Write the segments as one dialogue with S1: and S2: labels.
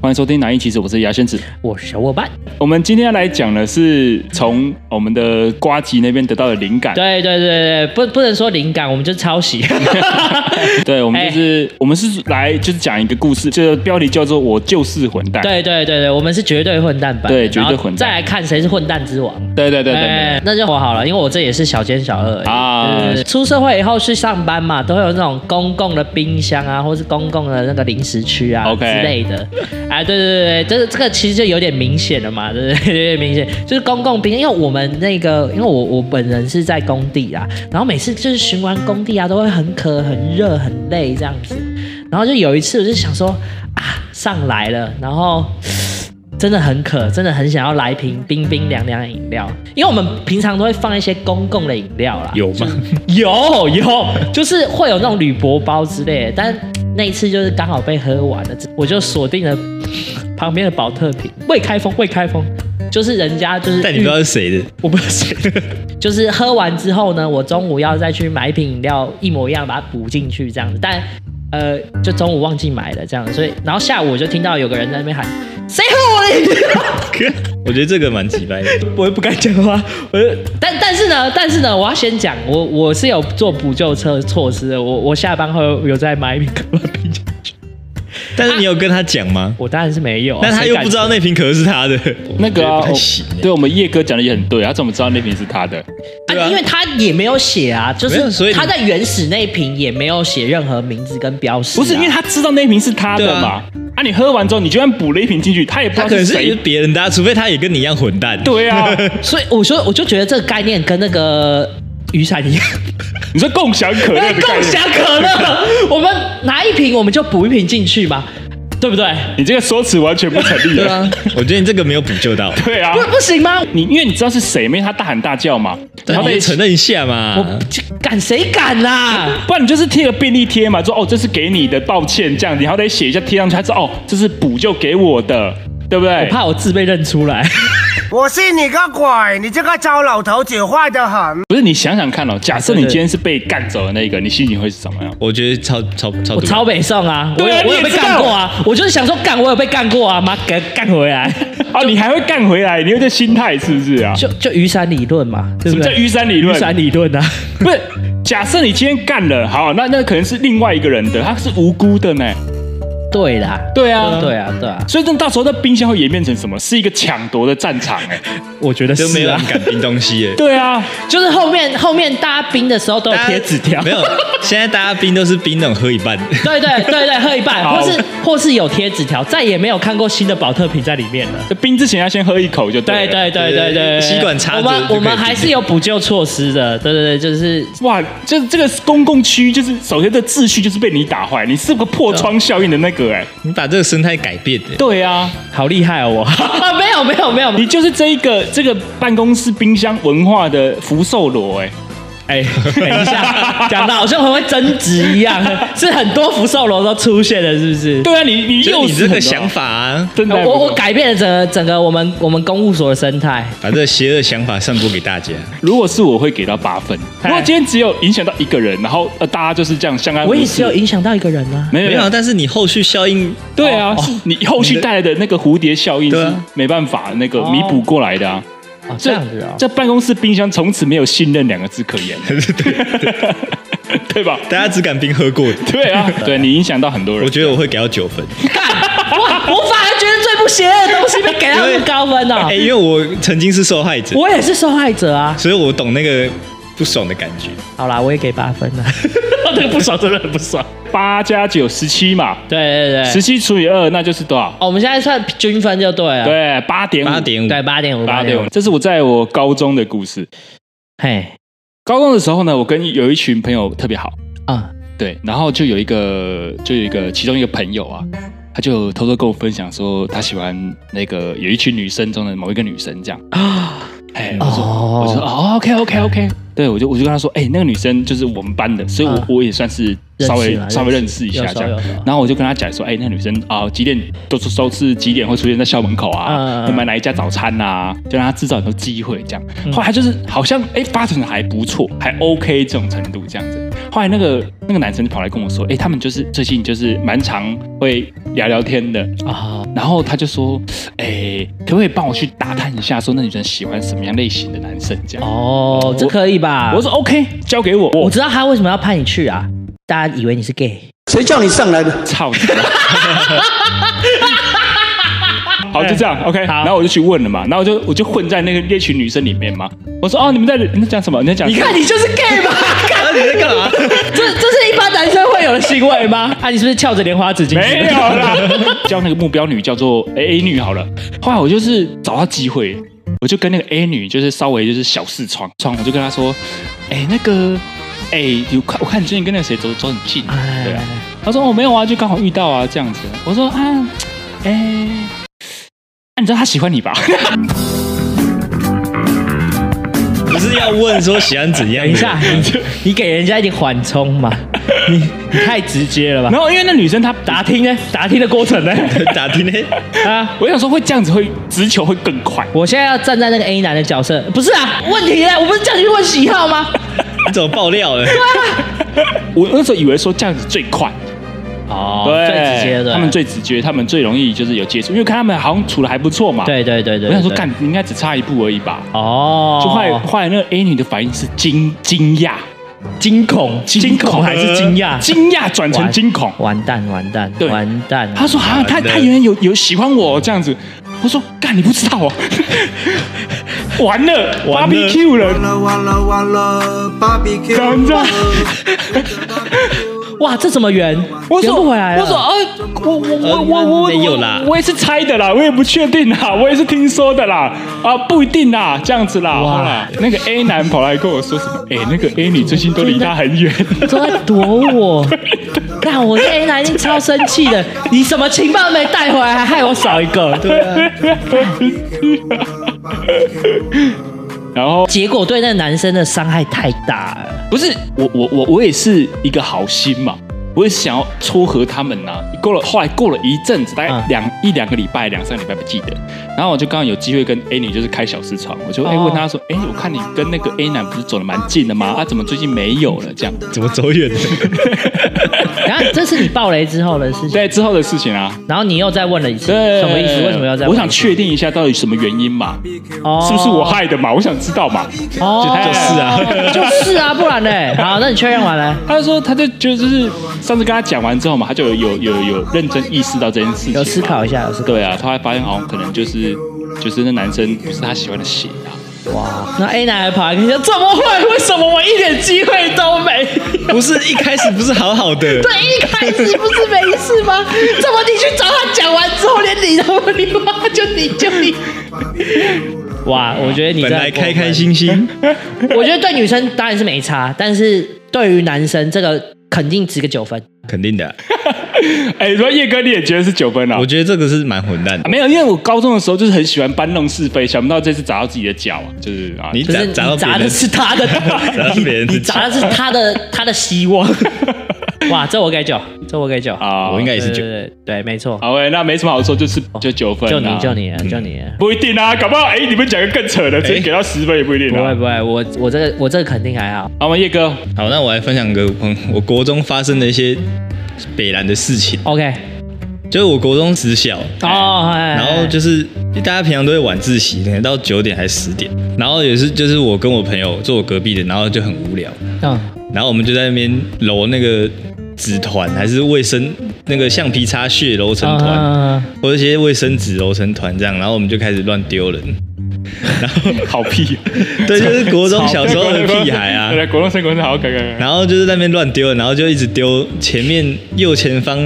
S1: 欢迎收听《南一其实我是牙仙子。
S2: 我是小伙伴。
S1: 我们今天要来讲的是从我们的瓜吉那边得到的灵感。
S2: 对对对对，不不能说灵感，我们就 抄袭。
S1: 对，我们就是、我们是来就是讲一个故事，这个标题叫做“我就是混蛋”。
S2: 对对对对，我们是绝对混蛋版的，
S1: 对绝对混蛋
S2: 然后再来看谁是混蛋之王。
S1: 对对对对对
S2: 哎，那就我好了，因为我这也是小奸小恶而已
S1: 啊
S2: 对对对出社会以后去上班嘛，都会有那种公共的冰箱啊，或是公共的那个零食区啊
S1: OK
S2: 之类的。哎，对对对对，这这个其实就有点明显了嘛，对不对？有点明显，就是公共冰，因为我们那个，因为我我本人是在工地啊，然后每次就是巡完工地啊，都会很渴、很热、很累这样子。然后就有一次，我就想说啊，上来了，然后。真的很渴，真的很想要来瓶冰冰凉凉的饮料，因为我们平常都会放一些公共的饮料啦，
S3: 有吗？
S2: 有有，就是会有那种铝箔包之类的，但那一次就是刚好被喝完了，我就锁定了 旁边的保特瓶，未开封，未开封，就是人家就是嗯
S3: 但你不知道是 谁的，
S2: 我不知道谁，就是喝完之后呢，我中午要再去买一瓶饮料，一模一样把它补进去这样子，但呃，就中午忘记买了这样，所以然后下午我就听到有个人在那边喊：“谁喝我的饮料？”
S3: 我觉得这个蛮奇怪的。
S2: 我也不敢讲话，我就但但是呢，但是呢，我要先讲，我我是有做补救策措施的，我我下班后有在买一瓶可乐啤酒，
S3: 但是你有跟他讲吗？
S2: 我当然是没有啊，
S3: 但他又不知道那瓶可乐是他的，
S1: 那个啊，
S3: 我觉得不太
S1: 我
S3: 行耶。
S1: 对我们叶哥讲的也很对，他怎么知道那瓶是他的？
S2: 谁
S3: 对
S2: 敢，
S3: 啊
S2: 啊因为他也没有写啊，就
S3: 没有
S2: 是
S3: 所以你
S2: 他在原始那一瓶也没有写任何名字跟标识啊、
S1: 不是因为他知道那瓶是他的嘛？啊，你喝完之后，你居然补了一瓶进去，他也不知
S3: 他
S1: 道
S3: 可能
S1: 是
S3: 是
S1: 谁。
S3: 别人的啊，除非他也跟你一样混蛋。
S1: 对啊，
S2: 所以我说我就觉得这个概念跟那个雨伞 一样。
S1: 你说共享可乐
S2: 哎，
S1: 的概
S2: 共
S1: 念，
S2: 享可乐，我们拿一瓶我们就补一瓶进去嘛，对不对？
S3: 啊
S1: 你这个说辞完全不成立
S3: 对
S1: 啊！
S3: 啊，我觉得你这个没有补救到，
S1: 对啊
S2: 不，不行吗？
S1: 你因为你知道是谁，因为他大喊大叫嘛，然
S3: 但
S1: 后
S3: 你
S1: 在
S3: 也承认一下嘛
S2: 啊我。这敢谁敢呐、啊？
S1: 不然你就是贴个便利贴嘛，说哦这是给你的，抱歉这样，然后再写一下贴上去，他说哦这是补救给我的，对不对？
S2: 我怕我字被认出来。
S4: 我信你个鬼！你这个糟老头子坏得很。
S1: 不是你想想看哦，假设你今天是被干走的那个，你心情会是什么样？
S3: 我觉得超超超
S2: 我
S3: 毒
S2: 超北宋啊，我
S1: 对
S2: 有
S1: 啊
S2: 我有
S1: 你也
S2: 被
S1: 知道
S2: 干过啊，我就是想说干，我有被干过啊，啊妈给干回来，
S1: 哦，你还会干回来？你会这心态是不是啊？
S2: 就就雨伞理论嘛，对
S1: 什
S2: 不
S1: 么叫
S2: 对？
S1: 雨伞理论
S2: 雨伞理 论啊，
S1: 不是，假设你今天干了，好，那那可能是另外一个人的，他是无辜的呢。
S2: 对啦，
S1: 对啊
S2: 对啊，对啊，
S1: 所以，那到时候那冰箱会演变成什么？是一个抢夺的战场哎、
S2: 我觉得
S3: 都没
S2: 是
S3: 有
S2: 啊
S3: 人，敢冰东 西耶。
S1: 对啊，
S2: 就是后面后面大家冰的时候都有啊贴纸条，
S3: 没有，现在大家冰都是冰那种喝一半。
S2: 对对对对，喝一半，
S1: 好
S2: 或是或是有贴纸条，再也没有看过新的保特瓶在里面了。
S1: 这冰之前要先喝一口就
S2: 对
S1: 对了。
S2: 对对对对对，
S3: 吸管插着
S2: 我们
S3: 就可以
S2: 我们还是有补救措施的，对对对，就是
S1: 哇，这这个公共区就是首先的秩序就是被你打坏，你是个破窗效应的那个哎、
S3: 你把这个生态改变耶，
S1: 对啊，
S2: 好厉害哦， 我没有没有没有，
S1: 你就是这一个这个办公室冰箱文化的福寿螺哎、
S2: 哎，等一下， 讲的好像很会争执一样，是很多福寿螺都出现了，是不是？
S1: 对啊，你你
S3: 就
S1: 又
S3: 是你这个想，法啊，
S1: 真的
S2: 我我。改变了整个整个我们我们公务所的生态，
S3: 把这个邪恶想法散播给大 家。
S1: 如果是我会给到八分。如果今天只有影响到一个人，然后呃大家就是这样相安无
S2: 我
S1: 事，
S2: 也只有影响到一个人啊。
S1: 没有
S3: 没
S1: 没
S3: 有，
S1: 有
S3: 但是你后续效应，
S1: 对啊，是你后续带来的那个蝴蝶效应
S3: 对
S1: 是
S3: 啊
S1: 没办法那个弥补过来的啊。
S2: 哦，这样子哦，
S1: 这办公室冰箱从此没有信任两个字可言， 对吧？
S3: 大家只敢冰喝过的。
S1: 对啊， 对你影响到很多
S3: 我
S1: 人。
S3: 觉得我会给到九分，
S2: 我啊我反而觉得最不邪恶的东西被给到那么高分哦
S3: 哎、。因为我曾经是受害者，
S2: 我也是受害者啊！
S3: 所以我懂那个不爽的感觉。
S2: 好啦，我也给八分啊了。
S1: 那个不爽真的很不爽。八加九十七嘛，
S2: 对对对
S1: 十，七除以二那就是多少？
S2: 哦我们现在算均分就对了。
S1: 对，八点五。
S3: 八点五，
S2: 对，哎八点五，
S1: 八点
S2: 点
S1: 五
S2: 五。，
S1: 这是我在我高中的故事。
S2: 嘿，
S1: 高中的时候呢，我跟有一群朋友特别好，
S2: 啊，
S1: 对，然后就有一个，就有一个，其中一个朋友啊，他就偷偷跟我分享说，他喜欢那个有一群女生中的某一个女生这样。哎，我说，
S2: 哦
S1: 我就说，哦，OK，OK，OK，对我就我就跟他说，哎，那个女生就是我们班的，所以我、
S2: 嗯
S1: 我也算是
S2: 认识
S1: 稍微
S2: 嘛
S1: 稍微认识一下
S2: 有熟
S1: 这样
S2: 有熟。
S1: 然后我就跟他讲说，哎，那女生啊几点都是都是几点会出现在校门口
S2: 嗯嗯
S1: 啊，
S2: 嗯
S1: 会买哪一家早餐呐，就让他制造很多机会这样。
S2: 嗯
S1: 后来他就是好像哎发展的还不错，还 OK 这种程度这样子。后来那个那个男生就跑来跟我说，哎，他们就是最近就是蛮常会聊聊天的，
S2: 啊，
S1: 然后他就说：“哎、可不可以帮我去打探一下，说那女生喜欢什么样类型的男生？”这样，
S2: 哦，这可以吧？
S1: 我说：“OK，交给我。”
S2: 我
S1: 我
S2: 知道他为什么要派你去啊，大家以为你是 gay，
S5: 谁叫你上来的？
S1: 操你！ 好，就这样，OK。
S2: 好
S1: 然后我就去问了嘛，然后我就我就混在那个那群女生里面嘛。我说：“哦，你们在你在讲什么？你在讲什
S2: 你
S1: 么？
S2: 看你就是 gay 吧？啊看你在干嘛？ 这这是一般男生会有的行为吗？啊，你是不是翘着莲花指进去？
S1: 没有啦， 叫那个目标女叫做 A 女好了。后来我就是找到机会，我就跟那个 A 女就是稍微就是小视窗窗，我就跟她说，哎、那个，哎、有看我看你最近跟那个谁走走很近，
S2: 哎
S1: 对啊。她说我、哦、没有啊，就刚好遇到啊这样子。我说啊，哎、那你知道她喜欢你吧？
S3: 不是要问说喜欢怎 样？
S2: 等一 下，你你给人家一点缓冲嘛，你你太直接了吧？
S1: 然后因为那女生她答，
S2: 打听呢？打听的过程 呢？
S3: 打听呢？
S2: 啊！
S1: 我想说会这样子会直球会更快。
S2: 我现在要站在那个 A 男的角色，不是啊？问题呢？我不是叫你去问喜好吗？
S3: 你怎么爆料了？
S1: 我那时候以为说这样子最快，
S2: 哦，
S1: 对，
S2: 最直接的，
S1: 他们最直觉，他们最容易就是有接触，因为看他们好像处的还不错嘛。，
S2: 对对对对。
S1: 我想说，
S2: 对
S1: 干，应该只差一步而已吧。
S2: 哦，
S1: 就后来后来那个 A 女的反应是惊惊讶，
S2: 惊恐，惊恐还是惊讶？
S1: 惊讶转成惊恐。
S2: 完蛋完蛋
S1: 对
S2: 完蛋！
S1: 她说啊，她
S3: 完了
S1: 她原来有有喜欢我这样子。我说干，你不知道哦， 完了
S3: 完了
S1: ，barbecue
S6: 完
S1: 了，
S6: 了完了完了，barbecue！
S1: 干仗
S2: 哇，这怎么圆？
S1: 我
S2: 圆
S1: 说
S2: 不回来了。
S1: 我说呃，我我我我我
S3: 没有啦
S1: 我我也是猜的啦，我也不确定啦， 我也是听说的啦，啊不一定啦，这样子啦。
S2: 哇
S1: 后来那个 A 男跑来跟我说什么？ 哎，那个 A 女最近都离他很远。
S2: 都在躲我，看我这 A 男一定超生气的，你什么情报没带回来，害我少一个。对啊
S1: 然后
S2: 结果对那个男生的伤害太大了。
S1: 不是我我我我也是一个好心嘛，我也是想要撮合他们呐、过了后来过了一阵子，大概
S2: 嗯
S1: 两、一两个礼拜，两三个礼拜不记得。然后我就刚好有机会跟 A 女就是开小市场，我就哎、
S2: 哦
S1: 问她说，哎、我看你跟那个 A 男不是走的蛮近的吗？啊，怎么最近没有了这样？
S3: 怎么走 远了？
S2: 然后这是你爆雷之后的事情，
S1: 对之后的事情啊，
S2: 然后你又再问了一次，
S1: 对，
S2: 什么意思？为什么要再问一次？
S1: 我想确定一下到底什么原因嘛，
S2: 哦，
S1: 是不是我害的嘛？我想知道嘛。
S2: 哦？
S1: 就是
S2: 啊，就是啊，不然呢？好，那你确认完了，
S1: 他就说，他就觉得就是上次跟他讲完之后嘛，他就有有有有认真意识到这件事情嘛，
S2: 有思考一下，有思考。
S1: 对啊，他还发现好像可能就是就是那男生不是他喜欢的型啊，
S2: 哇，那 A 男还跑来跟你说怎么会？为什么我一点机会都没有？
S3: 不是一开始不是好好的？
S2: 对，一开始不是没事吗？怎么你去找他讲完之后，连你都不理我，就你就你。哇，我觉得你
S3: 本
S2: 真的
S3: 来
S2: 很过
S3: 开
S2: 分嗯
S3: 开，心心，
S2: 我觉得对女生当然是没差，但是对于男生这个肯定值个九分。
S3: 肯定的啊。
S1: 哎，所以叶哥你也觉得是九分啊？
S3: 我觉得这个是蛮混蛋
S1: 啊
S2: 嗯
S3: 的。
S1: 没有，因为我高中的时候就是很喜欢搬弄是非，想不到这次砸到自己的脚啊，就是啊，
S3: 你
S2: 就
S3: 砸
S2: 是你
S3: 砸到别
S2: 砸
S3: 人
S2: 的是他的，
S3: 砸到别人的
S2: 你砸的是他的他的希 望。哇，这我给九，这我给九。
S1: 啊，
S3: 我应该也是
S2: 对
S3: 九
S2: 对。对对，没错，
S1: 好哎，那没什么好说，就是就九分啊，
S2: 哦就你就你就
S3: 嗯
S2: 你。
S1: 不一定啊，搞不好哎，你们讲个更扯的，直接给到十分也不一定
S2: 不会
S1: 啊。
S2: 不会，我我这个我这个肯定还好。
S1: 好嘛，叶哥，
S3: 好，那我来分享个我我国中发生的一些北兰的事情。
S2: OK，
S3: 就是我国中职校，
S2: 哦，哎
S3: 哎然后就是大家平常都会晚自习，可能到九点还是十点。然后也是就是我跟我朋友坐我隔壁的，然后就很无聊，
S2: 嗯，
S3: 然后我们就在那边揉那个纸团，还是卫生那个橡皮擦屑揉成团，
S2: 嗯
S3: 或者一些卫生纸揉成团这样。然后我们就开始乱丢人。
S1: 好 屁，
S3: 对，就是国中小时候的屁孩啊
S1: 对。对，国中生国中生好可爱。
S3: 然后就是在那边乱丢，然后就一直丢前面右前方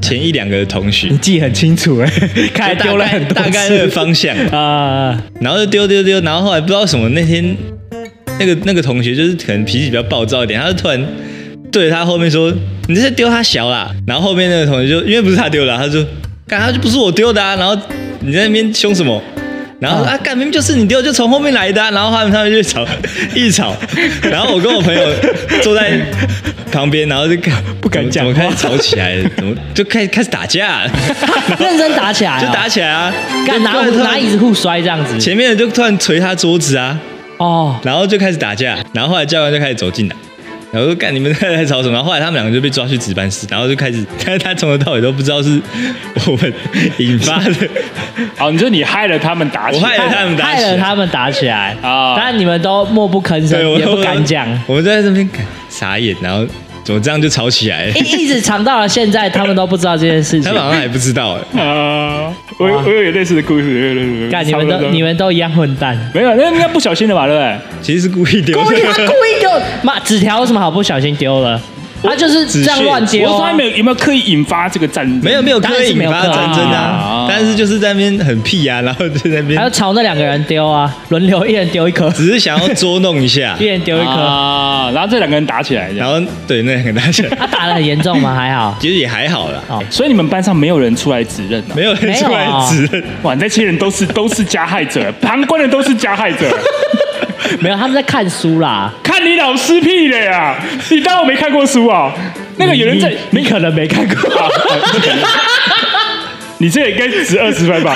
S3: 前一两个同学，
S2: 记很清楚哎，看来丢了很多
S3: 大概大概那
S2: 次
S3: 个方向，
S2: 啊，
S3: 然后就丢丢丢，然后后来不知道什么那天那个那个同学就是可能脾气比较暴躁一点，他就突然对着他后面说：“你这是丢他小啦。”然后后面那个同学就因为不是他丢的啊、他就说：“干他就不是我丢的啊。”然后你在那边凶什么？然后说啊，干明明就是你丢，就从后面来的啊、然后他们他们就吵一吵，然后我跟我朋友坐在旁边，然后就看
S1: 不敢讲
S3: 怎
S1: 话
S3: 么开始吵起来了，怎么就开开始打架，
S2: 认真打起来、
S3: 就打，起来啊，
S2: 敢拿
S3: 就突然
S2: 拿椅子互摔这样 子。
S3: 前面的就突然捶他桌子啊，
S2: 哦，
S3: 然后就开始打架，然后后来教官就开始走进来，然后我说干你们在在吵什么？然后后来他们两个就被抓去值班室，然后就开始， 但是他从头到尾都不知道是我们引发 的，
S1: 哦，你说你害了他们打起
S3: 我
S1: 来，
S3: 害了他们打
S2: 害
S3: 起
S2: 了
S3: 来，
S2: 他们打起 来
S1: 啊
S2: 但你们都默不吭
S3: 对，
S2: 声，
S3: 我
S2: 也不敢讲，
S3: 我们就在这边干傻眼，然后怎么这样就吵起 来了？
S2: 一一直藏到了现在，他们都不知道这件事
S3: 他
S2: 情
S3: 们。好像还不知道哎，
S1: 啊，我有我有类似的故事，
S2: 干，你们
S1: 差不
S2: 都
S1: 多
S2: 你们都一样混蛋，
S1: 没有，那应该不小心的吧，对不对？
S3: 其实是故意丢
S2: 故意他
S3: 的。
S2: 故意丢，妈纸条有什么好不小心丢了？他就是这样乱丢
S1: 我说
S2: 啊
S1: 他没有有没有刻意引发这个战争？
S3: 没有没有刻意引发
S2: 当然是没有刻意
S3: 战
S2: 哦
S3: 争
S1: 啊
S3: 啊，但是就是在那边很屁啊，然后就在
S2: 还
S3: 那
S2: 要
S3: 边
S2: 朝那两个人丢啊，轮流一人丢一颗，
S3: 只是想要捉弄 一下
S2: 一，人丢一颗。
S1: 啊，然后这两个人打起来，这
S3: 然
S1: 样。
S3: 后对那两个大家
S2: 他啊打得很严重吗？还好。
S3: 其实也还好啦，
S1: 所以你们班上没有人出来指认啊？
S3: 没有人
S2: 没有
S3: 出来
S2: 啊
S3: 指认。
S1: 哇，那些人都是都是加害者，旁观的都是加害 者。
S2: 没有，他们在看书啦。
S1: 看你老师屁的呀！你当我没看过书啊、那个有人在，
S2: 你可能没看过，
S1: 你这个应该值二十分吧？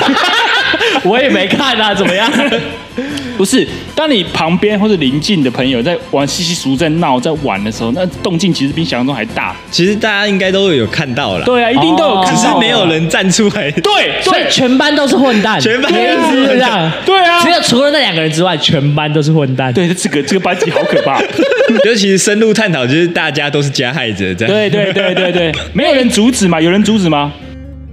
S2: 我也没看啊，怎么样？
S1: 不是，当你旁边或者邻近的朋友在玩稀稀疏疏在闹在玩的时候，那动静其实比想象中还大。
S3: 其实大家应该都有看到啦，，
S1: 对啊，一定都有看到
S3: 只是
S1: 啊、
S3: 没有人站出来。
S1: 对
S2: 所以
S1: 对
S2: 全班都是混蛋，
S3: 全班都是
S2: 是不是这样？
S1: 对啊
S2: 只有除了那两个人之外，全班都是混蛋。，
S1: 对，这个这个班级好可怕。
S3: 就其实深入探讨，就是大家都是加害者这样。
S1: 对对对对对，没有人阻止嘛？有人阻止吗？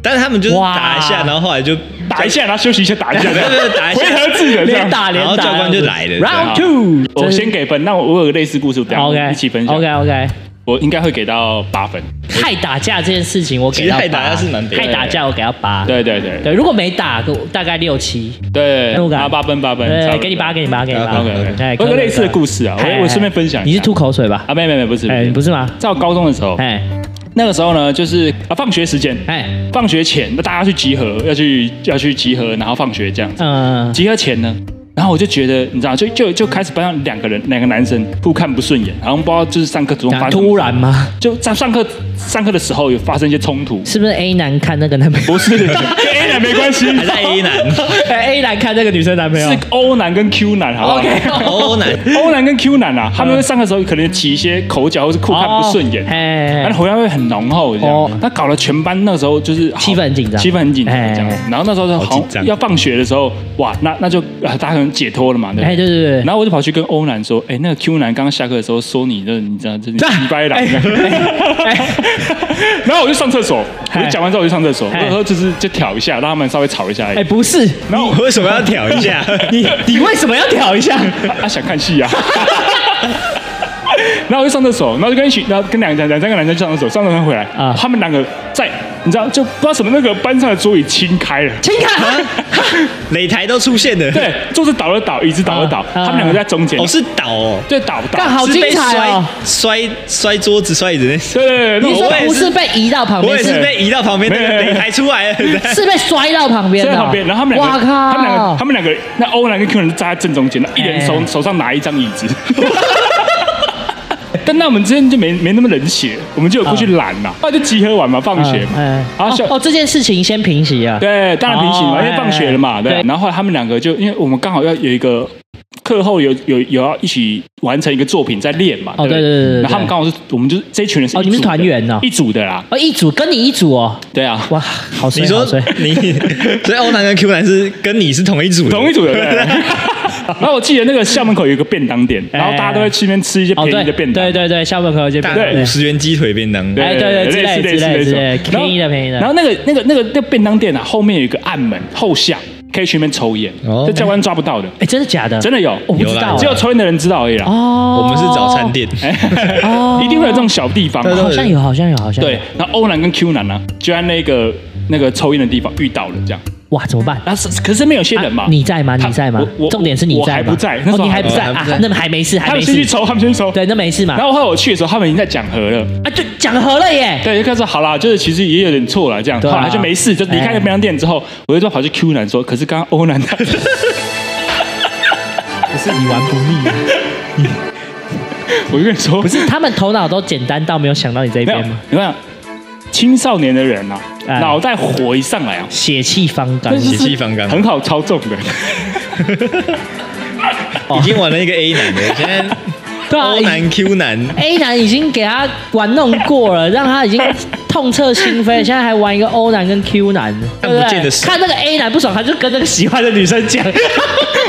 S3: 但是他们就是
S2: 哇
S3: 打一下，然后后来就
S1: 打一，下，然后休息一下，打一下，
S3: 没有没有打一下
S1: 回合制的这
S2: 连
S1: 样。
S2: 打连
S3: 然后
S2: 打，
S3: 教官就来了
S2: Round
S1: 这
S2: two，
S1: 啊我先给分，那我我有个类似故事，我等一下
S2: OK
S1: 一起分享。
S2: OK OK。
S1: 我应该会给到八分。
S2: 害打架这件事情，我给
S3: 其实
S2: 到
S3: 害打
S2: 八
S3: 架是蛮别
S2: 害
S3: 的
S2: 打架我给到八。
S1: 对对对
S2: 对，如果没打，给我大概六七。
S1: 对，
S2: 那我给他
S1: 拿八分八分，差不
S2: 对，
S1: 多
S2: 给你八，给你八，给你八。
S1: OK，OK
S2: 哎
S1: 我有个类似的故事啊
S2: 可以
S1: 我
S2: 可以
S1: 我顺便分享一下
S2: 你是吐口水吧？
S1: 啊，没没没，不是，
S2: 哎，你不是吗？
S1: 在我高中的时候，
S2: 哎
S1: 那个时候呢，就是啊，放学时间，
S2: 哎，
S1: 放学前，那大家去集合，要去要去集合，然后放学这样子。
S2: 嗯，
S1: 集合前呢，然后我就觉得，你知道，就就就开始班上两个人，两个男生互看不顺眼，然后不知道就是上课途中发生什么事
S2: 突然吗？
S1: 就在上课上课的时候有发生一些冲 突，
S2: 是不是 A 男看那个男朋友？
S1: 不是跟 A 男没关
S2: 哎
S1: 系，
S3: 还 在 A 男、
S2: ，A 男看那个女生男朋友
S1: 是。O 男跟 Q 男，好不好
S3: O 男，
S1: O 男跟 Q
S2: 嗯
S1: 男啊，他们在上课的时候可能起一些口角或是互看不顺眼，
S2: 哎
S1: 那，回来会很浓厚这
S2: 哦
S1: 样，他搞得全班那时候就是好
S2: 气氛很紧张
S1: 气氛很紧张这样
S2: 哎。
S1: 然后那时候就
S3: 好
S1: 好
S3: 紧张
S1: 像要放学的时候，哇，那那就啊大家可能解脱了嘛，对不
S2: 哎，
S1: 对？
S2: 对对对，
S1: 然后我就跑去跟欧男说：“哎、那个 Q 男刚刚下课的时候说你这，你知道这你鸡掰狼。 然后我就上厕所，我就讲完之后我就上厕所，我
S2: 哎
S1: 就说就是就挑一下，让他们稍微吵一下而已。
S2: 哎，不是，
S1: 然后
S3: 为什么要挑一下？
S2: 你你为什么要挑一下？
S1: 他想看戏啊。 然后我就上厕所，然后就跟一群，然后跟两两两三个男生上厕所，上完厕所回来，
S2: 啊
S1: 他们两个在，你知道就不知道什么那个班上的桌椅清开了，
S2: 请看，
S3: 擂台都出现了，
S1: 对，桌子倒了倒，椅子倒了倒，
S2: 啊啊
S1: 他们两个在中间，
S3: 哦是倒哦，
S1: 对倒倒，
S2: 干好
S3: 是被
S2: 精彩哦！
S3: 摔摔摔桌子、摔椅子那种。
S1: 对对对
S2: 你
S1: 对，
S2: 说
S1: 我
S2: 不是被移到旁
S3: 我
S2: 边，
S3: 也是被移到旁边，那个
S1: 哦没
S3: 擂台出来了，
S2: 是被摔到旁边的，啊
S1: 在旁边，然后他们两
S2: 哇
S1: 个，他们两个，
S2: 靠
S1: 他，们两个，那欧男跟 Q 男站在正中间，那一人手
S2: 哎
S1: 手上拿一张椅子。 但那我们之间就没没那么冷血，我们就有过
S2: 啊
S1: 去拦嘛，后来就集合完嘛，放学嘛，
S2: 嗯
S1: 然后
S2: 嗯
S1: 就
S2: 哦，哦这件事情先平息啊。
S1: 对，当然平行
S2: 哦
S1: 嘛，因为放学了嘛，对
S2: 哎哎。
S1: 然后后来他们两个就，因为我们刚好要有一个课后有有有要一起完成一个作品在练嘛，
S2: 哦
S1: 不
S2: 对对对对对
S1: 然后他们刚好是我们就是这一群人是一
S2: 哦你们
S1: 组
S2: 是
S1: 的
S2: 团员哦
S1: 一组的啦，
S2: 哦，一组跟你一组哦，
S1: 对啊，
S2: 哇，好衰
S3: 你
S2: 好
S3: 说
S2: 衰，
S3: 你， 所以 O 男跟 Q 男是跟你是同一组的，
S1: 同一组的。 对然后我记得那个校门口有一个便当店，然后大家都会去那边吃一些
S2: 哎哦
S1: 便
S2: 对
S1: 宜的便当，
S2: 对对对，校门口就
S3: 大
S1: 对
S3: 五十元鸡腿便当，
S1: 对
S2: 哎对对之类
S1: 类似类
S2: 之类
S1: 似
S2: 之
S1: 类
S2: 类
S1: 似，
S2: 便宜的便宜的
S1: 然后那个那个那个那个便当店啊，后面有一个暗门后巷，可以去那边抽烟，
S3: 哦
S1: 这教官抓不到的，
S2: 哎，真的假的？
S1: 真的有，
S2: 我不
S3: 有
S2: 知
S3: 啦
S2: 道啊，
S3: 有啦
S1: 只有抽烟的人知道而已啦。
S2: 哦，
S3: 我们是早餐，店，
S2: 哦
S1: 一定会有这种小地方啊嘛。
S3: 对
S2: 好像有，好像有，好像有
S1: 啊对，然后欧男跟 Q 男呢、就在那个那个抽烟的地方遇到了，这样。
S2: 哇，怎么办？
S1: 然后是可是没有些人嘛，
S2: 啊你在吗？
S1: 他
S2: 你在吗
S1: 我我？
S2: 重点是你
S1: 我
S2: 在
S1: 还
S2: 吗？
S1: 不在那
S2: 哦
S1: 时，候
S2: 你
S1: 还
S2: 还不
S3: 不
S2: 在
S3: 在还
S2: 啊
S3: 不在？
S2: 那么还没事，还
S1: 他
S2: 没
S1: 们先去
S2: 事。
S1: 抽，他们先抽。
S2: 对，啊那没事嘛
S1: 然。后后来我去的时候，他们已经在讲和了。
S2: 啊，就讲和了耶。
S1: 对，就开始好啦，就是其实也有点错了，这样。
S2: 对啊
S1: 后来就没事，就离开
S2: 哎
S1: 那便当店之后，我就就跑去 Q 男说，可是刚刚欧男 他，
S2: 不是你玩不腻啊，
S1: 我就跟你说，
S2: 不是他们头脑都简单到没有想到你这一
S1: 没有
S2: 边吗？，
S1: 你看青少年的人啊，
S2: 哎
S1: 脑袋火一上来啊，
S2: 血气方刚
S1: 那，就是
S3: 血气方
S2: 哎
S3: 刚
S1: 很好操纵的。
S3: 已经玩了一个 A 男了，现 在
S2: 对啊
S1: 哦
S3: O 男 Q 男，
S2: A 男已经给他玩弄过了，让他已 经痛彻心扉，现在还玩一个 O 男跟 Q 男，
S3: 看
S2: 对
S3: 不
S2: 对
S3: 见的手
S2: 看那个 A 男不爽，他就跟那个喜欢的女生 讲。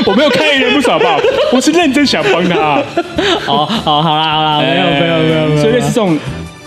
S1: 我没有看一人不爽 吧，我是认真想帮他啊。
S2: 哦哦，好啦好啦，没有
S1: 哎
S2: 没有没有没有。
S1: 所以类似这种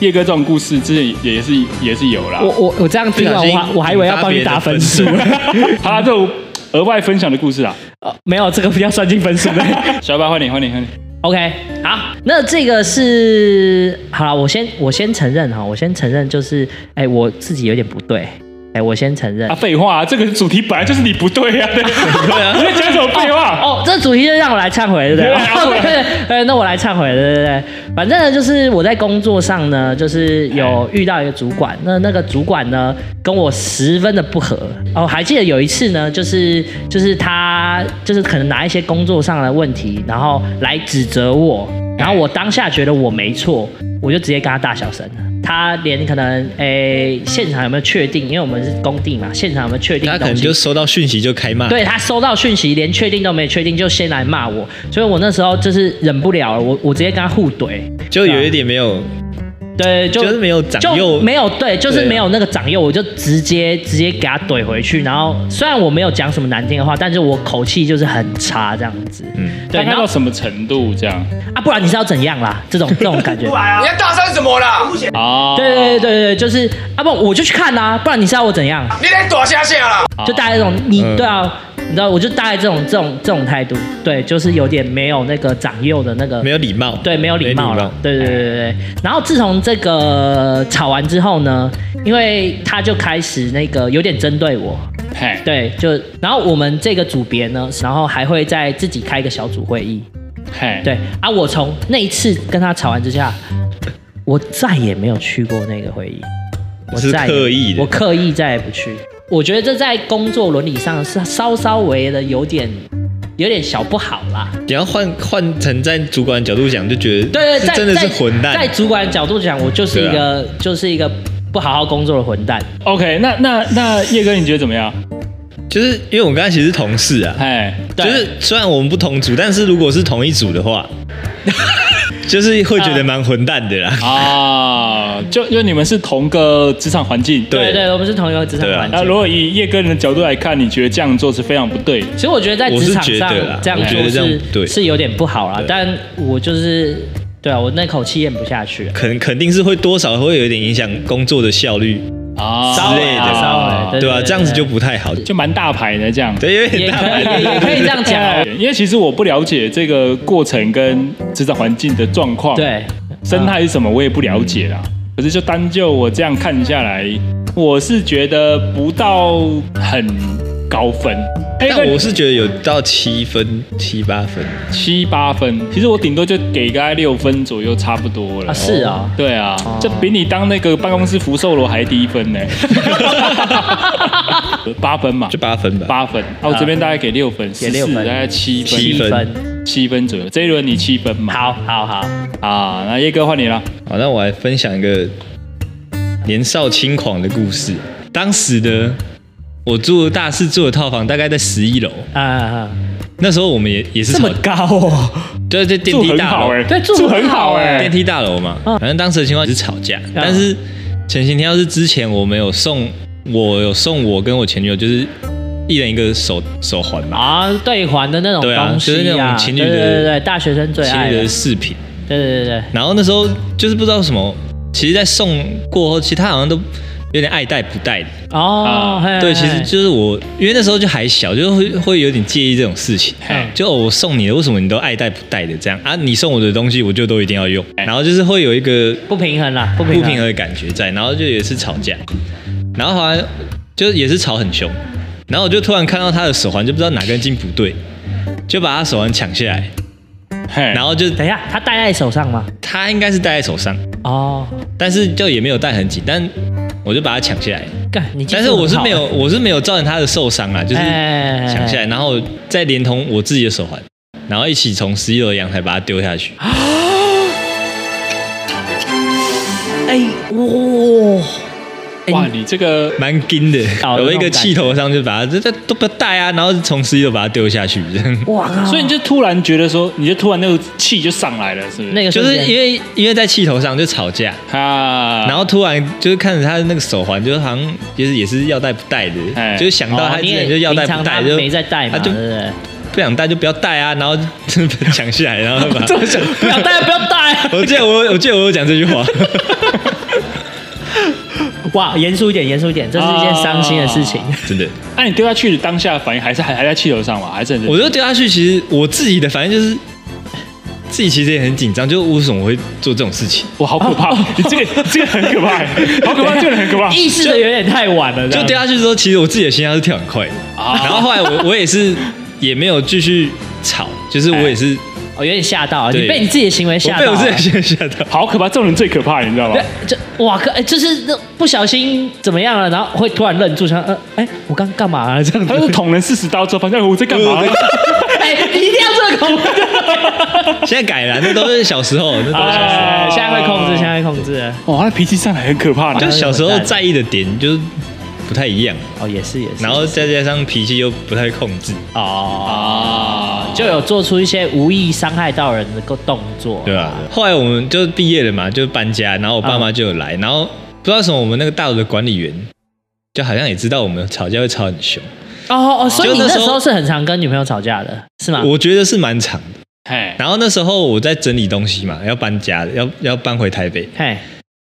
S1: 叶哥这种故事，之前也也是也是有啦。
S2: 我我我这样听啊完，我还我还以为要帮你打分数，
S1: 好啦，这种额外分享的故事啊，
S2: 哦没有这个不要算进分 数 的。
S1: 小白换你换你换你。
S2: OK，好，那这个是好了，我先我先承认哈，我先承认就是，哎、我自己有点不对，哎、我先承认
S1: 啊，。废话、啊，这个主题本来就是你不 对啊，对啊，你在讲什么废话？
S2: 哦，这主题就让我来忏悔，对不对？
S1: 对 啊
S2: 哦对对对，那我来忏悔，对对对。反正呢，就是我在工作上呢，就是有
S1: 哎
S2: 遇到一个主管，那那个主管呢跟我十分的不合。哦，还记得有一次呢，就是就是他就是可能拿一些工作上的问题，然后来指责我，然后我当下觉得我没错，我就直接跟他大小声。他连可能诶、现场有没有确定，因为我们是工地嘛，现场有没有确定
S3: 他
S2: 东西？
S3: 可能就收到讯息就开骂，
S2: 对他收到讯息，连确定都没确定，就先来骂我，所以我那时候就是忍不了了，我我直接跟他互怼，
S3: 就有一点没有，
S2: 对，就
S3: 就是没有长
S2: 就
S3: 幼，
S2: 没有对，就是
S3: 对啊
S2: 没有那个长幼，我就直接直接给他怼回去，然后虽然我没有讲什么难听的话，但是我口气就是很差这样子，嗯，对，
S1: 大概
S2: 然
S1: 到
S2: 后
S1: 什么程度这样
S2: 啊，不然你是要怎样啦？ 这种这种感觉。
S4: 你要大声什么啦？
S1: 啊？
S2: 对对对对对，就是啊不，我就去看啦、不然你是要我怎样？
S4: 你得躲下线啦！
S2: 就大概这种，你
S3: 啊嗯
S2: 对啊，你知道，我就大概这种这种这种态度，对，就是有点没有那个长幼的那个
S3: 没有礼貌，
S2: 对，没有礼貌了。对对对对对。然后自从这个吵完之后呢，因为他就开始那个有点针对我，
S1: 嘿，
S2: 对，就然后我们这个组别呢，然后还会再自己开一个小组会议，
S1: 嘿，
S2: 对啊。我从那一次跟他吵完之下，我再也没有去过那个会议，我
S3: 是
S2: 再也
S3: 刻意的
S2: 我刻意再也不去。我觉得这在工作伦理上是稍稍微的有点有点小不好啦。
S3: 你要换换成在主管角度讲，就觉得
S2: 对对，
S3: 是
S2: 在
S3: 真的是
S2: 在
S3: 混
S2: 在
S3: 蛋，啊
S2: 主管角度讲，我就是一个、就是一个不好好工作的混蛋。
S1: OK，那那那叶哥你觉得怎么样？
S3: 就是因为我刚才其实是同事啊，
S1: 哎，
S2: 对
S3: 就是虽然我们不同组，但是如果是同一组 的话，就是会觉得蛮混蛋的啦。
S1: 啊，就就你们是同个职场环境，
S3: 对
S2: 对对，我们是同一个职场
S3: 对啊
S2: 环境。
S1: 那如果以叶哥人的角度来看，你觉得这样做是非常不对的？
S2: 其实我觉得在职场
S3: 我是觉
S2: 上
S3: 得啦
S2: 这样
S3: 我觉
S2: 做
S3: 得这样
S2: 是
S3: 对
S2: 是有点不好啦，但我就是对啊，我那口气咽不下 去啊。
S3: 肯肯定是会多少会有一点影响工作的效率，
S1: 啊
S3: 之类的
S2: 稍微对
S3: 对吧、
S2: 对
S3: 这样子就不太好，
S1: 就蛮大牌的这样。
S3: 对，因为
S2: 也可以，也可以这样 讲哦。
S1: 对，啊因为其实我不了解这个过程跟职场环境的状况，，
S2: 对，啊
S1: 生态是什么我也不了解啦。可是就单就我这样看下来，我是觉得不到很高分。哎
S3: 但我是觉得有到七分、七八分，
S1: 七八分，其实我顶多就给个六分左右，差不多了。
S2: 啊是啊
S1: 对啊，这比你当那个办公室福寿螺还低分 呢。八分嘛
S3: 就，八分吧。
S1: 八分。啊，我这边大概给六分，
S2: 给六分
S1: 14大概七分，
S3: 七分
S1: 七分左右。这一轮你七分嘛？
S2: 好好好，
S1: 啊，那叶哥换你了。
S3: 好，那我来分享一个年少轻狂的故事。当时呢，我住大四住的套房，大概在十一楼。
S2: 啊啊，
S3: 那时候我们也也是
S2: 这么
S3: 吵
S2: 高哦，
S3: 对对电
S1: 住
S3: 梯
S1: 很
S3: 大
S1: 好
S3: 楼，
S1: 哎，
S2: 对住很欸好哎
S3: 啊
S2: 嗯
S3: 电梯大楼嘛。反正当时的情况是吵架，但是前行天要是之前我们有送，我有送我跟我前女友就是一人一个手手环嘛，
S2: 啊，对环的那种
S3: 对啊
S2: 东
S3: 就是
S2: 西
S3: 那
S2: 啊，
S3: 种情侣的
S2: 对对对对，大学生最
S3: 情
S2: 爱
S3: 侣
S2: 的
S3: 的，饰品。
S2: 对对对对，
S3: 然后那时候就是不知道什么，其实在送过后，其实他好像都有点爱戴不戴的。
S2: 哦，嘿
S3: 啊对，其实
S2: 嘿
S3: 就是我，因为那时候就还小，就会会有点介意这种事情
S2: 嗯。
S3: 就哦我送你的，为什么你都爱戴不戴的这样啊？你送我的东西，我就都一定要用。
S2: 哎
S3: 然后就是会有一个
S2: 不平衡啦，不平
S3: 不
S2: 衡，
S3: 平衡的感觉在，然后就也是吵架，然后好像就也是吵很凶，然后我就突然看到他的手环，就不知道哪根筋不对，就把他手环抢下来，
S1: 嘿，
S3: 然后就
S2: 等一下，他戴在手上吗？
S3: 他应该是戴在手上，
S2: 哦，
S3: 但是就也没有戴很紧，但我就把他抢下来。
S2: 干，你技术
S3: 但是我是
S2: 很好啊
S3: 没有，我是没有造成他的受伤啦，就是
S2: 哎
S3: 抢下来，然后再连同我自己的手环，然后一起从十一楼的阳台把它丢下去。
S2: 啊哎，哇，哎
S1: 哇，你这个
S3: 蛮惊的，
S2: 搞得
S3: 有一
S2: 哦那种
S3: 个
S2: 感觉
S3: 气头上就把它这这都不带啊，然后从十一楼把它丢下去，这样
S2: 哇靠！
S1: 所以你就突然觉得说，你就突然那个气就上来了，是不是？
S2: 那个
S3: 就
S2: 瞬
S3: 是
S2: 间
S3: 因为因为在气头上就吵架，
S1: 啊，
S3: 然后突然就是看着他的那个手环，就是好像就是也是要戴不戴的
S1: 哎，
S3: 就是想到
S2: 哦
S3: 他之
S2: 你也
S3: 前就要戴
S2: 平
S3: 不
S2: 常
S3: 戴，
S2: 他
S3: 就
S2: 没在戴嘛，
S3: 他就
S2: 对不对？
S3: 不想戴就不要戴啊，然后就抢下来，然后 把。
S2: 不要戴，不要 戴！
S3: 我记得我有我记得我有讲这 句话，
S2: 哇，严肃一点，严肃一点，这是一件伤心的事情。
S3: 真的，
S1: 那、啊你丢下去的当下反应还是还还在气头上嘛？还是很
S3: 我就丢下去。其实我自己的反应就是，自己其实也很紧张，就为什么我会做这种事情？
S1: 我好可怕，你这个这个很可怕，欸好可怕，
S3: 啊
S1: 这个人很可怕。
S2: 意识的有点太晚了，
S3: 就
S2: 这
S3: 掉
S2: 样
S3: 下去之后，其实我自己的心跳是跳很快的。
S2: 哦
S1: 啊
S3: 然后后来我我也是也没有继续吵，就是我也是
S2: 哦，有点吓到，
S3: 啊对
S2: 你被你自己的行为
S3: 我
S2: 哎吓
S3: 被
S2: 到啊
S3: 我
S2: 了。
S3: 自己的心吓到。
S1: 好可怕，这种人最可怕，你知道吗
S2: 对？，这哇靠！哎，就是那不小心怎么样了，然后会突然愣住，想呃，哎，我刚干嘛啊？这 样
S1: 他是
S2: 子？
S1: 捅人四十刀之后，发现哎我在干嘛？
S2: 哎，你一定要这个恐怖。
S3: 现在改了，那都是小时候， 那都是小时候。
S2: 哎现在会
S3: 啊
S2: 控制，现在会控制。
S1: 哇，他的脾气上来很可怕
S3: 就
S1: 呢。
S3: 小时候在意的点就是不太一样，
S2: 哦，也是也是。
S3: 然后再加上脾气又不太控制，
S2: 哦，
S1: 啊，
S2: 就有做出一些无意伤害到人的动作。
S3: 对啊吧？后来我们就毕业了嘛，就搬家，然后我爸妈就有来，然后不知道为什么我们那个大楼的管理员就好像也知道我们吵架会吵很凶，
S2: 哦哦，所以你
S3: 就
S2: 那
S3: 那时
S2: 时
S3: 候
S2: 候是很常跟女朋友吵架的，是吗？
S3: 我觉得是蛮长的。
S1: 嘿，
S3: 然后那时候我在整理东西嘛，要搬家了，要要搬回台北。
S2: 嘿，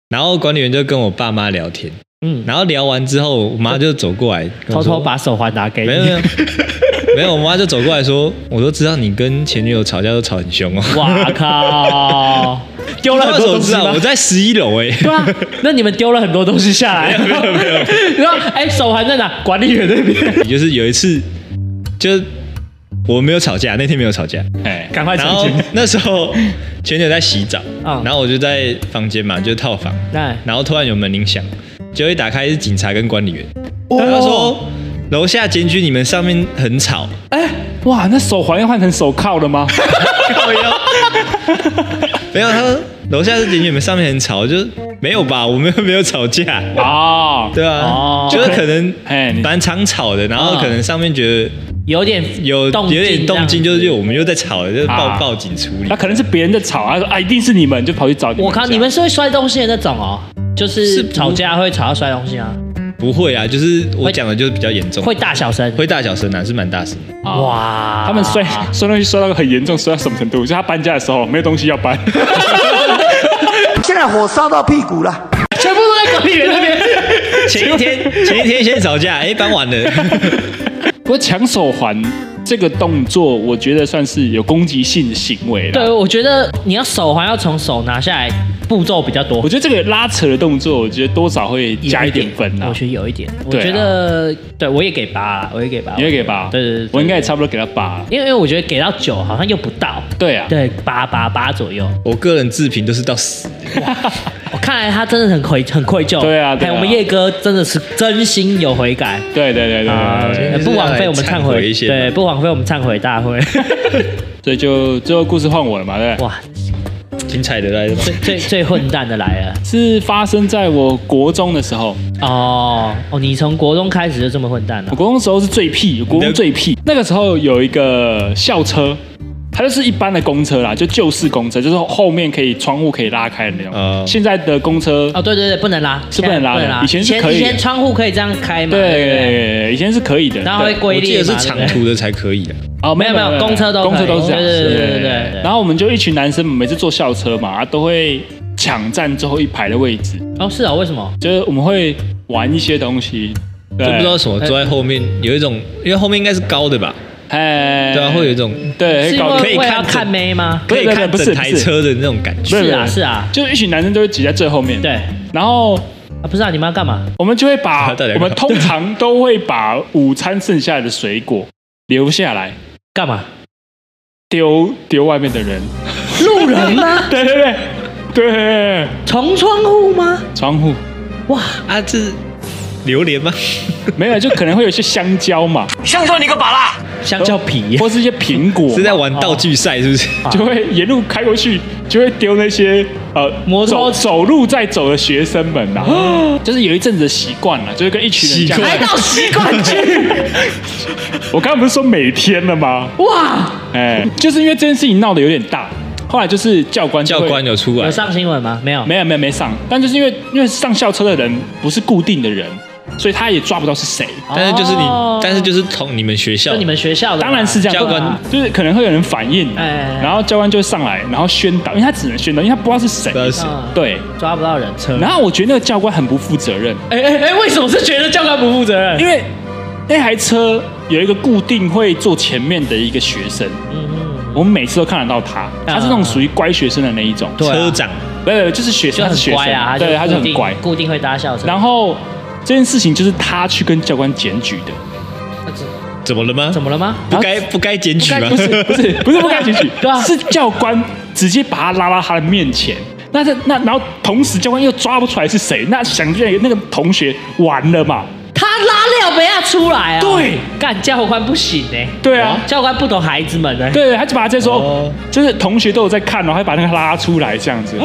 S3: 然后管理员就跟我爸妈聊天，
S2: 嗯，
S3: 然后聊完之后，我妈就走过来跟
S2: 偷
S3: 我说
S2: 偷把手环拿给
S3: 没有没有
S2: 哎你。
S3: 没有，我妈就走过来说，我都知道你跟前女友吵架都吵很凶哦。
S2: 哇 靠！丢了
S3: 那
S2: 很
S3: 时
S2: 多
S3: 候
S2: 东
S3: 知
S2: 西
S3: 道
S2: 吗
S3: 我？在十一楼哎，
S2: 对啊，那你们丢了很多东西下来。没有没有。然后哎，手环在哪？管理员那边，
S3: 就是有一次，就是我没有吵架，那天没有吵架。
S1: 嘿，
S2: 赶快
S3: 然
S2: 澄
S3: 后
S2: 清。
S3: 那时候前女友在洗澡，
S2: 嗯
S3: 然后我就在房间嘛，就是套房，
S2: 哎
S3: 然后突然有门铃响，结果一打开是警察跟管理员，
S2: 哦
S3: 他说楼下检举你们上面很吵，
S1: 哎，哇，那手环要换成手铐了吗？
S3: 靠腰没有，他说楼下是检举你们上面很吵，我就没有吧，我们又没有吵架，
S1: 啊，
S3: 对啊，
S2: 哦
S3: 就是可能
S1: 哎你
S3: 蛮常吵的，然后可能上面觉得。
S2: 有点
S3: 有有点动静，
S2: 这
S3: 就
S2: 样
S3: 是我们又在吵了，就是报、
S1: 啊
S3: 报警处理
S1: 那。可能是别人在吵，他说啊，一定是你们，就跑去找你们。
S2: 我靠，
S1: 这样
S2: 你们是会摔东西的那种哦，就是是
S3: 不
S2: 吵架会吵到摔东西啊，
S3: 不会啊，就是我讲的就是比较严重，
S2: 会大小声。
S3: 会大小声啊，是蛮大声。
S1: 啊
S2: 哇，
S1: 他们摔摔东西摔到很严重，摔到什么程度？就是他搬家的时候没有东西要搬，
S6: 现在火烧到屁股了。
S2: 全部都在管理员那边。
S3: 前一天前一天先吵架，哎、搬完了，
S1: 不过抢手环这个动作，我觉得算是有攻击性的行为
S2: 对，
S1: 了。
S2: 我觉得你要手环要从手拿下来，步骤比较多
S1: 我。觉得这个拉扯的动作，我觉得多少会加一点分啊
S2: 我。觉得有一点，我
S1: 对啊
S2: 觉得对我也给八啦，我也给八，
S1: 你会给吧？
S2: 对对对，
S1: 我应该也差不多给他八了。
S2: 因为因为我觉得给到九好像又不到，
S1: 对啊，
S2: 对八八八左右。
S3: 我个人自评都是到死。
S2: 我看来他真的很愧很愧疚，
S1: 对啊对啊
S2: 哎我们叶哥真的是真心有悔改。
S1: 对对对对
S2: 啊
S1: 对对，
S3: 就是
S2: 不枉费我们
S3: 要
S2: 忏
S3: 来忏
S2: 悔
S3: 悔一，些
S2: 对，
S3: 嘛
S2: 不枉费我们忏悔 大会。
S1: 所以就最后故事换我了嘛，对不对？
S2: 哇，
S3: 精彩的来了，
S2: 最最最混蛋的来了！
S1: 是发生在我国中的时候，
S2: 哦哦，你从国中开始就这么混蛋了
S1: 我？国中时候是最屁，国中最屁。那个时候有一个校车，它就是一般的公车啦，就旧式公车，就是后面可以窗户可以拉开的那种。
S2: 哦
S3: 嗯
S1: 现在的公车
S2: 哦，对对对，不能拉，
S1: 是不能拉的
S2: 现在
S1: 以前是可以
S2: 以前窗户可以这样开嘛？
S1: 对
S2: 对不对，
S1: 以前是可以的。
S2: 然后会
S1: 对
S2: 规
S3: 我记
S2: 定
S3: 得
S2: 嘛
S3: 是长
S2: 对不对
S3: 途的才可以啊的。
S1: 哦，没
S2: 没有没有公车都可以
S1: 公车都是这样。
S2: 对对对对对对对
S1: 然后我们就一群男生，每次坐校车嘛，啊都会抢占最后一排的位置，
S2: 哦，是哦，为什么？
S1: 就是我们会玩一些东西，
S3: 就
S1: 对
S3: 不知道为什么坐在后面有一种，因为后面应该是高的吧，
S1: 哎，
S3: 对啊，会有一种
S1: 对
S2: 是因
S1: 哎搞
S2: 为
S1: 可以
S2: 为了
S3: 看
S2: 要
S3: 整
S2: 看妹吗？
S1: 不
S3: 可
S1: 是
S3: 以看
S1: 不是
S3: 整台
S1: 不是
S3: 车的那种感觉。
S1: 对
S2: 是
S1: 对
S2: 啊
S1: 对
S2: 是啊，
S1: 就是一群男生都会挤在最后面。
S2: 对，
S1: 然后
S2: 啊，不是啊，你们要干嘛？
S1: 我们就会把
S3: 到底要
S1: 我
S3: 干嘛
S1: 们通常都会把午餐剩下的水果留下来
S2: 干嘛？
S1: 丢丢外面的人。
S2: 路 人吗？
S1: 对对对对对，
S2: 从窗户吗？
S1: 窗户
S2: 哇，
S3: 啊，这是榴莲吗？
S1: 没有，就可能会有一些香蕉嘛，
S2: 香蕉 皮
S1: 或是一些苹果嘛，
S3: 是在玩道具赛是不是？
S1: 就会沿路开过去，就会丢那些呃
S2: 摩托
S1: 走走路在走的学生们呐、 就是有一阵子的习惯了，就是跟一群人这样
S3: 习惯
S2: 到习惯去，
S1: 我刚刚不是说每天了吗？
S2: 哇，
S1: 哎，就是因为这件事情闹得有点大，后来就是教官就
S3: 教
S1: 会
S3: 官有出来
S2: 有，上新闻吗？没有，
S1: 没有没有没上，但就是因为因为上校车的人不是固定的人，所以他也抓不到是谁。
S3: 但是就是你
S2: 哦，
S3: 但是就是从你们学校
S2: 就，你们学校的嘛，
S1: 当然是这样，
S3: 教官
S1: 就是可能会有人反应，
S2: 哎哎哎
S1: 然后教官就会上来，然后宣导，因为他只能宣导，因为他不知道是谁
S3: 不。知道是
S2: 嗯，
S1: 对，
S2: 抓不到人车。
S1: 然后我觉得那个教官很不负责任，
S2: 哎哎哎，为什么是觉得教官不负责任？
S1: 因为那台车有一个固定会坐前面的一个学生，
S2: 嗯啊
S1: 我们每次都看得到他，他是那种属于乖学生的那一种，
S2: 对啊
S3: 车长
S1: 不不，就是学
S2: 就
S1: 生，他是
S2: 很
S1: 学
S2: 乖啊，
S1: 生，对，他
S2: 他
S1: 就
S2: 就
S1: 很
S2: 固定
S1: 乖。
S2: 固定会搭校车。
S1: 然后这件事情就是他去跟教官检举的，
S3: 怎么了吗？
S2: 怎么了吗？，
S3: 不该不该检举吗？
S1: 不是 不是 不是不该检举
S2: 对啊
S1: 是教官直接把他拉到他的面前。那这那然后同时教官又抓不出来是谁，那想见那个同学完了嘛？
S2: 他拉廖贝亚出来啊！
S1: 对，
S2: 干教官不行哎、
S1: 对啊
S2: 教官不懂孩子们欸呢、
S1: 对，他就把他这时候、
S3: 哦
S1: 就是同学都有在看，然后还把那个拉出来这样子。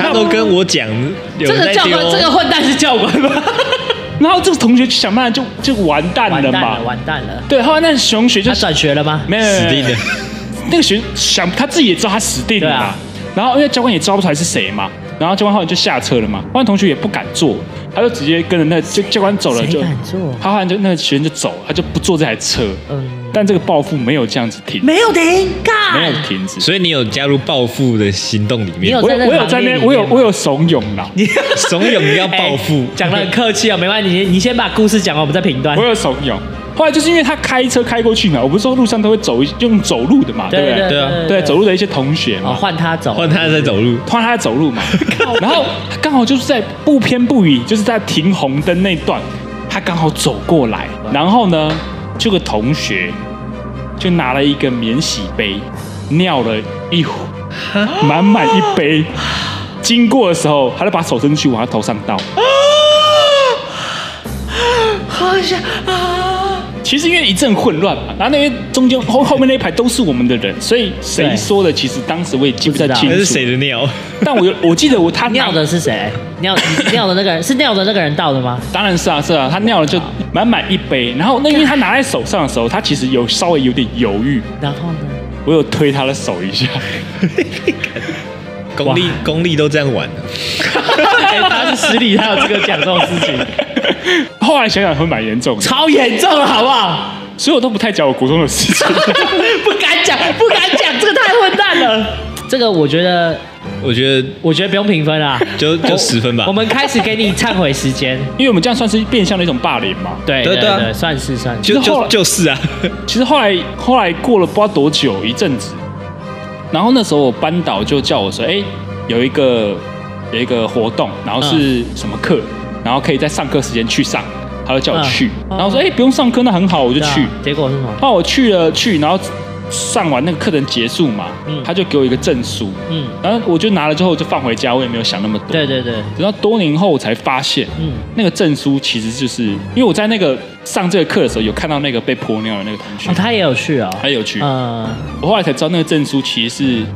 S3: 他都跟我讲，有
S2: 这
S3: 人
S2: 个
S3: 在
S2: 教官，
S3: 丢哦
S2: 这个混蛋是教官吗？
S1: 然后这个同学就想办法就就完蛋
S2: 完
S1: 了
S2: 蛋
S1: 嘛。
S2: 了，完蛋了！
S1: 对，后来那熊学就
S2: 他转学了吗？
S1: 没有
S3: 死定了。
S1: 那个学想他自己也知道他死定了
S2: 对
S1: 啦、
S2: 啊
S1: 然后因为教官也招不出来是谁嘛，然后教官后来就下车了嘛，后来同学也不敢坐，他就直接跟着那就教官走了
S2: 谁
S1: 就，
S2: 敢坐
S1: 他后来就那个学生就走，他就不坐这台车。
S2: 嗯
S1: 但这个报复没有这样子停，
S2: 没有停，干
S1: 没有停止。
S3: 所以你有加入报复的行动里
S2: 你
S3: 面
S2: 有，
S1: 我有
S2: 在那
S1: 我
S2: 个
S1: 有在
S2: 行列
S1: 那
S2: 里面吗
S1: 我有我有怂恿啦，
S3: 怂恿要报复
S2: 哎，讲的很客气哦，没关系，你你先把故事讲完，我们再评断
S1: 我。有怂恿。后来就是因为他开车开过去嘛，我不是说路上都会走一用走路的嘛，对不
S2: 对
S3: 对啊
S1: 对？对，走路的一些同学
S2: 哦，
S1: 嘛，
S2: 换他走，
S3: 换他在走路，
S1: 突然他在走路嘛，然后他刚好就是在不偏不倚，就是在停红灯那段，他刚好走过来，然后呢，这个同学就拿了一个免洗杯，尿了一壶，满满一杯。经过的时候，他就把手伸出去往他头上倒。
S2: 好想啊！
S1: 其实因为一阵混乱嘛，然后那边中间后后面那一排都是我们的人，所以谁
S2: 对
S1: 说的，其实当时我也记不太
S2: 不知道
S1: 清
S3: 那
S1: 楚。
S3: 是谁？的尿？
S1: 但我有我记得我他拿
S2: 尿的是谁？尿 尿的那个人是尿的那个人到的吗？
S1: 当然是啊，是啊，他尿了就满满一杯，然后那因为他拿在手上的时候，他其实有稍微有点犹豫，
S2: 然后呢？
S1: 我有推他的手一下，
S3: 公立公立都这样玩的，
S2: 哎他是实力，他有资格讲这种事情，
S1: 后来想想会蛮严重的，
S2: 超严重了，好不好？
S1: 所以我都不太讲我国中的事情。
S2: 不敢讲，不敢讲，这个太混蛋了。这个我觉得，
S3: 我觉得
S2: 我觉得不用评分 啦，
S3: 就就
S2: 我
S3: 十分吧
S2: 我们开始给你忏悔时间，
S1: 因为我们这样算是变相的一种霸凌嘛。
S2: 对
S3: 对
S2: 对
S3: 对啊
S2: 对，算是算是。
S3: 就
S1: 其实后
S3: 就
S1: 来
S3: 就是啊，
S1: 其实后来后来过了不知道多久一阵子，然后那时候我班导就叫我说，哎、有一个有一个活动，然后
S2: 嗯
S1: 是什么课，然后可以在上课时间去上，他就叫我去，
S2: 嗯
S1: 然后我说，哎、不用上课，那很好，我就
S2: 对啊
S1: 去。
S2: 结果是什么？
S1: 那我去了去，然后上完那个课程结束嘛，
S2: 嗯
S1: 他就给我一个证书，
S2: 嗯，
S1: 然后我就拿了之后就放回家，我也没有想那么多。
S2: 对对对，
S1: 等到多年后我才发现，
S2: 嗯
S1: 那个证书其实就是因为我在那个上这个课的时候有看到那个被泼尿的那个同学，
S2: 哦，他也有去哦，
S1: 他有去，
S2: 嗯，
S1: 我后来才知道那个证书其实是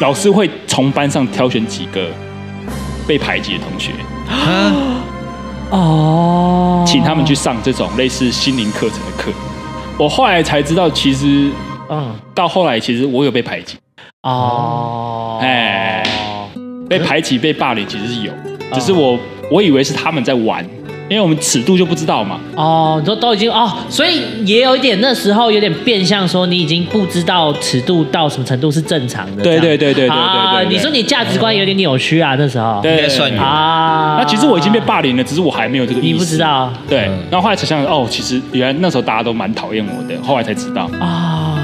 S1: 老师会从班上挑选几个被排挤的同学，
S3: 啊，
S2: 哦，
S1: 请他们去，上这种类似心灵课程的课。我后来才知道，其实
S2: 嗯，
S1: 到后来其实我有被排挤。
S2: 哦，
S1: 哎被排挤、被霸凌其实是有，
S3: 嗯
S1: 只是
S2: 哦
S1: 我我以为是他们在玩，因为我们尺度就不知道嘛。
S2: 哦，都都已经哦，所以也有一点那时候有点变相说，你已经不知道尺度到什么程度是正常的这
S1: 对
S2: 样。
S1: 对对对对对
S2: 啊
S1: 对，对
S2: 你说你价值观有点扭曲啊，那时候。
S1: 对
S3: 应该算有
S2: 啊，
S1: 那其实我已经被，霸凌了，只是我还没有这个意识。
S2: 你不知。道
S1: 对
S3: 嗯，
S1: 然后后来才想想，哦，其实原来那时候大家都蛮讨厌我的，后来才知道
S2: 啊。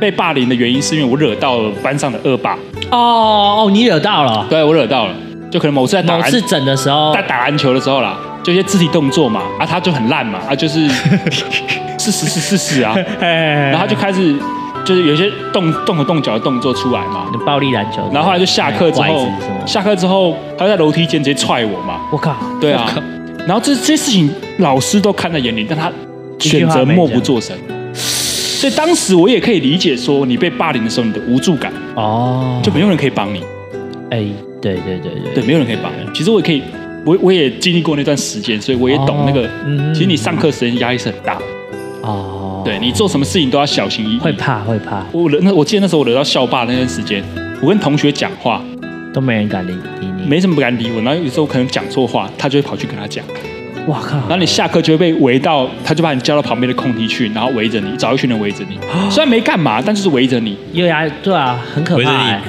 S1: 被霸凌的原因是因为我惹到了班上的恶霸，
S2: 哦哦，你惹到了。
S1: 对我惹到了，就可能某次在打
S2: 某
S1: 篮
S2: 次整的时候
S1: 在，打篮球的时候啦，就一些肢体动作嘛，啊，他就很烂嘛，啊，就是 是是是是是啊，
S2: 哎
S1: 然后他就开始就是有一些动动手动脚的动作出来嘛，
S2: 暴力篮球，
S1: 然后后来就下课之
S2: 拐
S1: 后
S2: 子什么，
S1: 下课之后他在楼梯间直接踹我嘛，
S2: 我靠，
S1: 对啊， 然后这这些事情老师都看在眼里，但他选择默不作声。所以当时我也可以理解，说你被霸凌的时候，你的无助感，
S2: 哦，
S1: 就没有人可以帮你，
S2: 哎，对对对对
S1: 对，没有人可以帮你。其实我也可以，我我也经历过那段时间，所以我也懂那个
S2: 哦嗯。
S1: 其实你上课时间压力是很大，
S2: 哦，
S1: 对你做什么事情都要小心翼翼。
S2: 会怕会怕，
S1: 我惹那我记得那时候我惹到校霸那段时间，我跟同学讲话，
S2: 都没人敢理理你，，
S1: 没什么敢理我，然后有时候可能讲错话，他就会跑去跟他讲。
S2: 哇靠，
S1: 然后你下课就会被围到，他就把你叫到旁边的空地去，然后围着你，找一群人围着你。虽然没干嘛，但就是围着你。
S2: 又压对啊，很可
S3: 围着
S2: 怕
S3: 你
S2: 哎，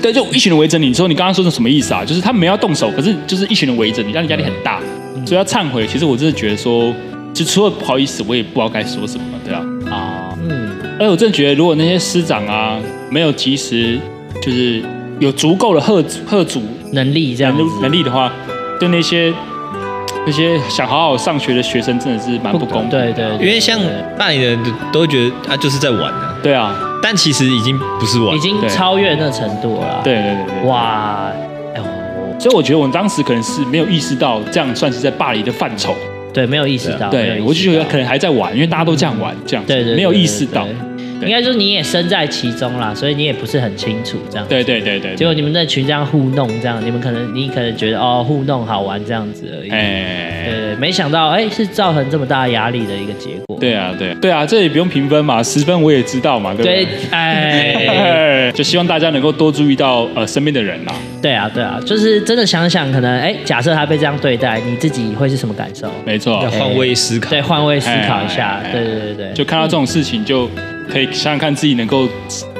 S1: 对，就一群人围着你。之后你刚刚说的什么意思啊？就是他们没有要动手，可是就是一群人围着你，让你压力很大，所以要忏悔。其实我真的觉得说，就除了不好意思，我也不知道该说什么，对啊。
S2: 哦，嗯，
S1: 而我真的觉得，如果那些师长啊没有及时，就是有足够的贺贺阻
S2: 能力这样子，
S1: 能能力的话，对那些那些想好好上学的学生，真的是蛮不公平的啊。
S2: 对对，
S3: 因为像霸凌的人都觉得啊，就是在玩啊，
S1: 对啊，
S3: 但其实已经不是玩
S2: 已，经
S1: 对
S2: 超越那程度了，
S1: 对，对对对。
S2: 哇，哎呦，
S1: 所以我觉得我当时可能是没有意识到这样算是在霸凌的范畴，
S2: 对，没有意识到，没
S1: 对
S2: 有意
S1: 我就觉
S2: 识
S1: 得
S2: 到
S1: 可能还在玩，因为大家都这样玩，这样子
S2: 对对对
S1: 没有意识到，
S2: 对
S1: 对
S2: 应该说你也身在其中啦，所以你也不是很清楚这样。
S1: 对对对对，
S2: 结
S1: 对
S2: 果你们那群这样互弄，这样你们可能你可能觉得哦互弄好玩这样子而已，对
S1: 哎，
S2: 对，没想到哎是造成这么大压力的一个结果。
S1: 对啊对对啊，这也不用评分嘛，十分我也知道嘛，对不
S2: 对
S1: 对？，
S2: 哎，
S1: 哎就希望大家能够多注意到呃身边的人啦，
S2: 对啊对啊，就是真的想想，可能哎假设他被这样对待，你自己会是什么感受？
S1: 没错
S3: 要，换位思考。
S2: 对，换位思考一下
S1: 哎哎哎哎，
S2: 对对对对，
S1: 就看到这种事情就可以想想看自己能够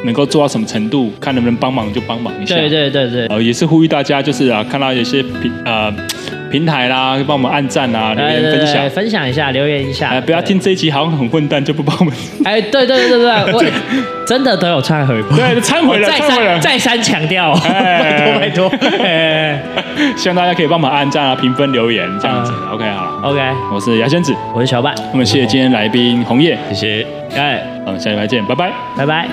S1: 能够做到什么程度，看能不能帮忙就帮忙一下，
S2: 对对对对。
S1: 呃，也是呼吁大家，就是啊，看到有些平呃平台啦，帮我们按赞啊，留
S2: 哎
S1: 言
S2: 对对
S1: 分
S2: 对
S1: 享。
S2: 分享一下，留言一下，
S1: 哎，不要
S2: 对
S1: 听。这一集好像很混蛋，就不帮我们。
S2: 哎，对对对对对，我真的都有忏悔过。
S1: 对，忏悔了，
S2: 再
S1: 忏悔了
S2: 三。再三强调，
S1: 哎
S2: 拜托拜托。哎
S1: 希望大家可以帮忙按赞啊、评分、留言这样子。OK，好了，
S2: OK，
S1: 我是牙仙子，
S2: 我是小半，
S1: 我们谢谢今天来宾红叶，
S3: 谢谢。
S2: 哎，
S1: 我们下礼拜见，拜拜。
S2: 拜拜。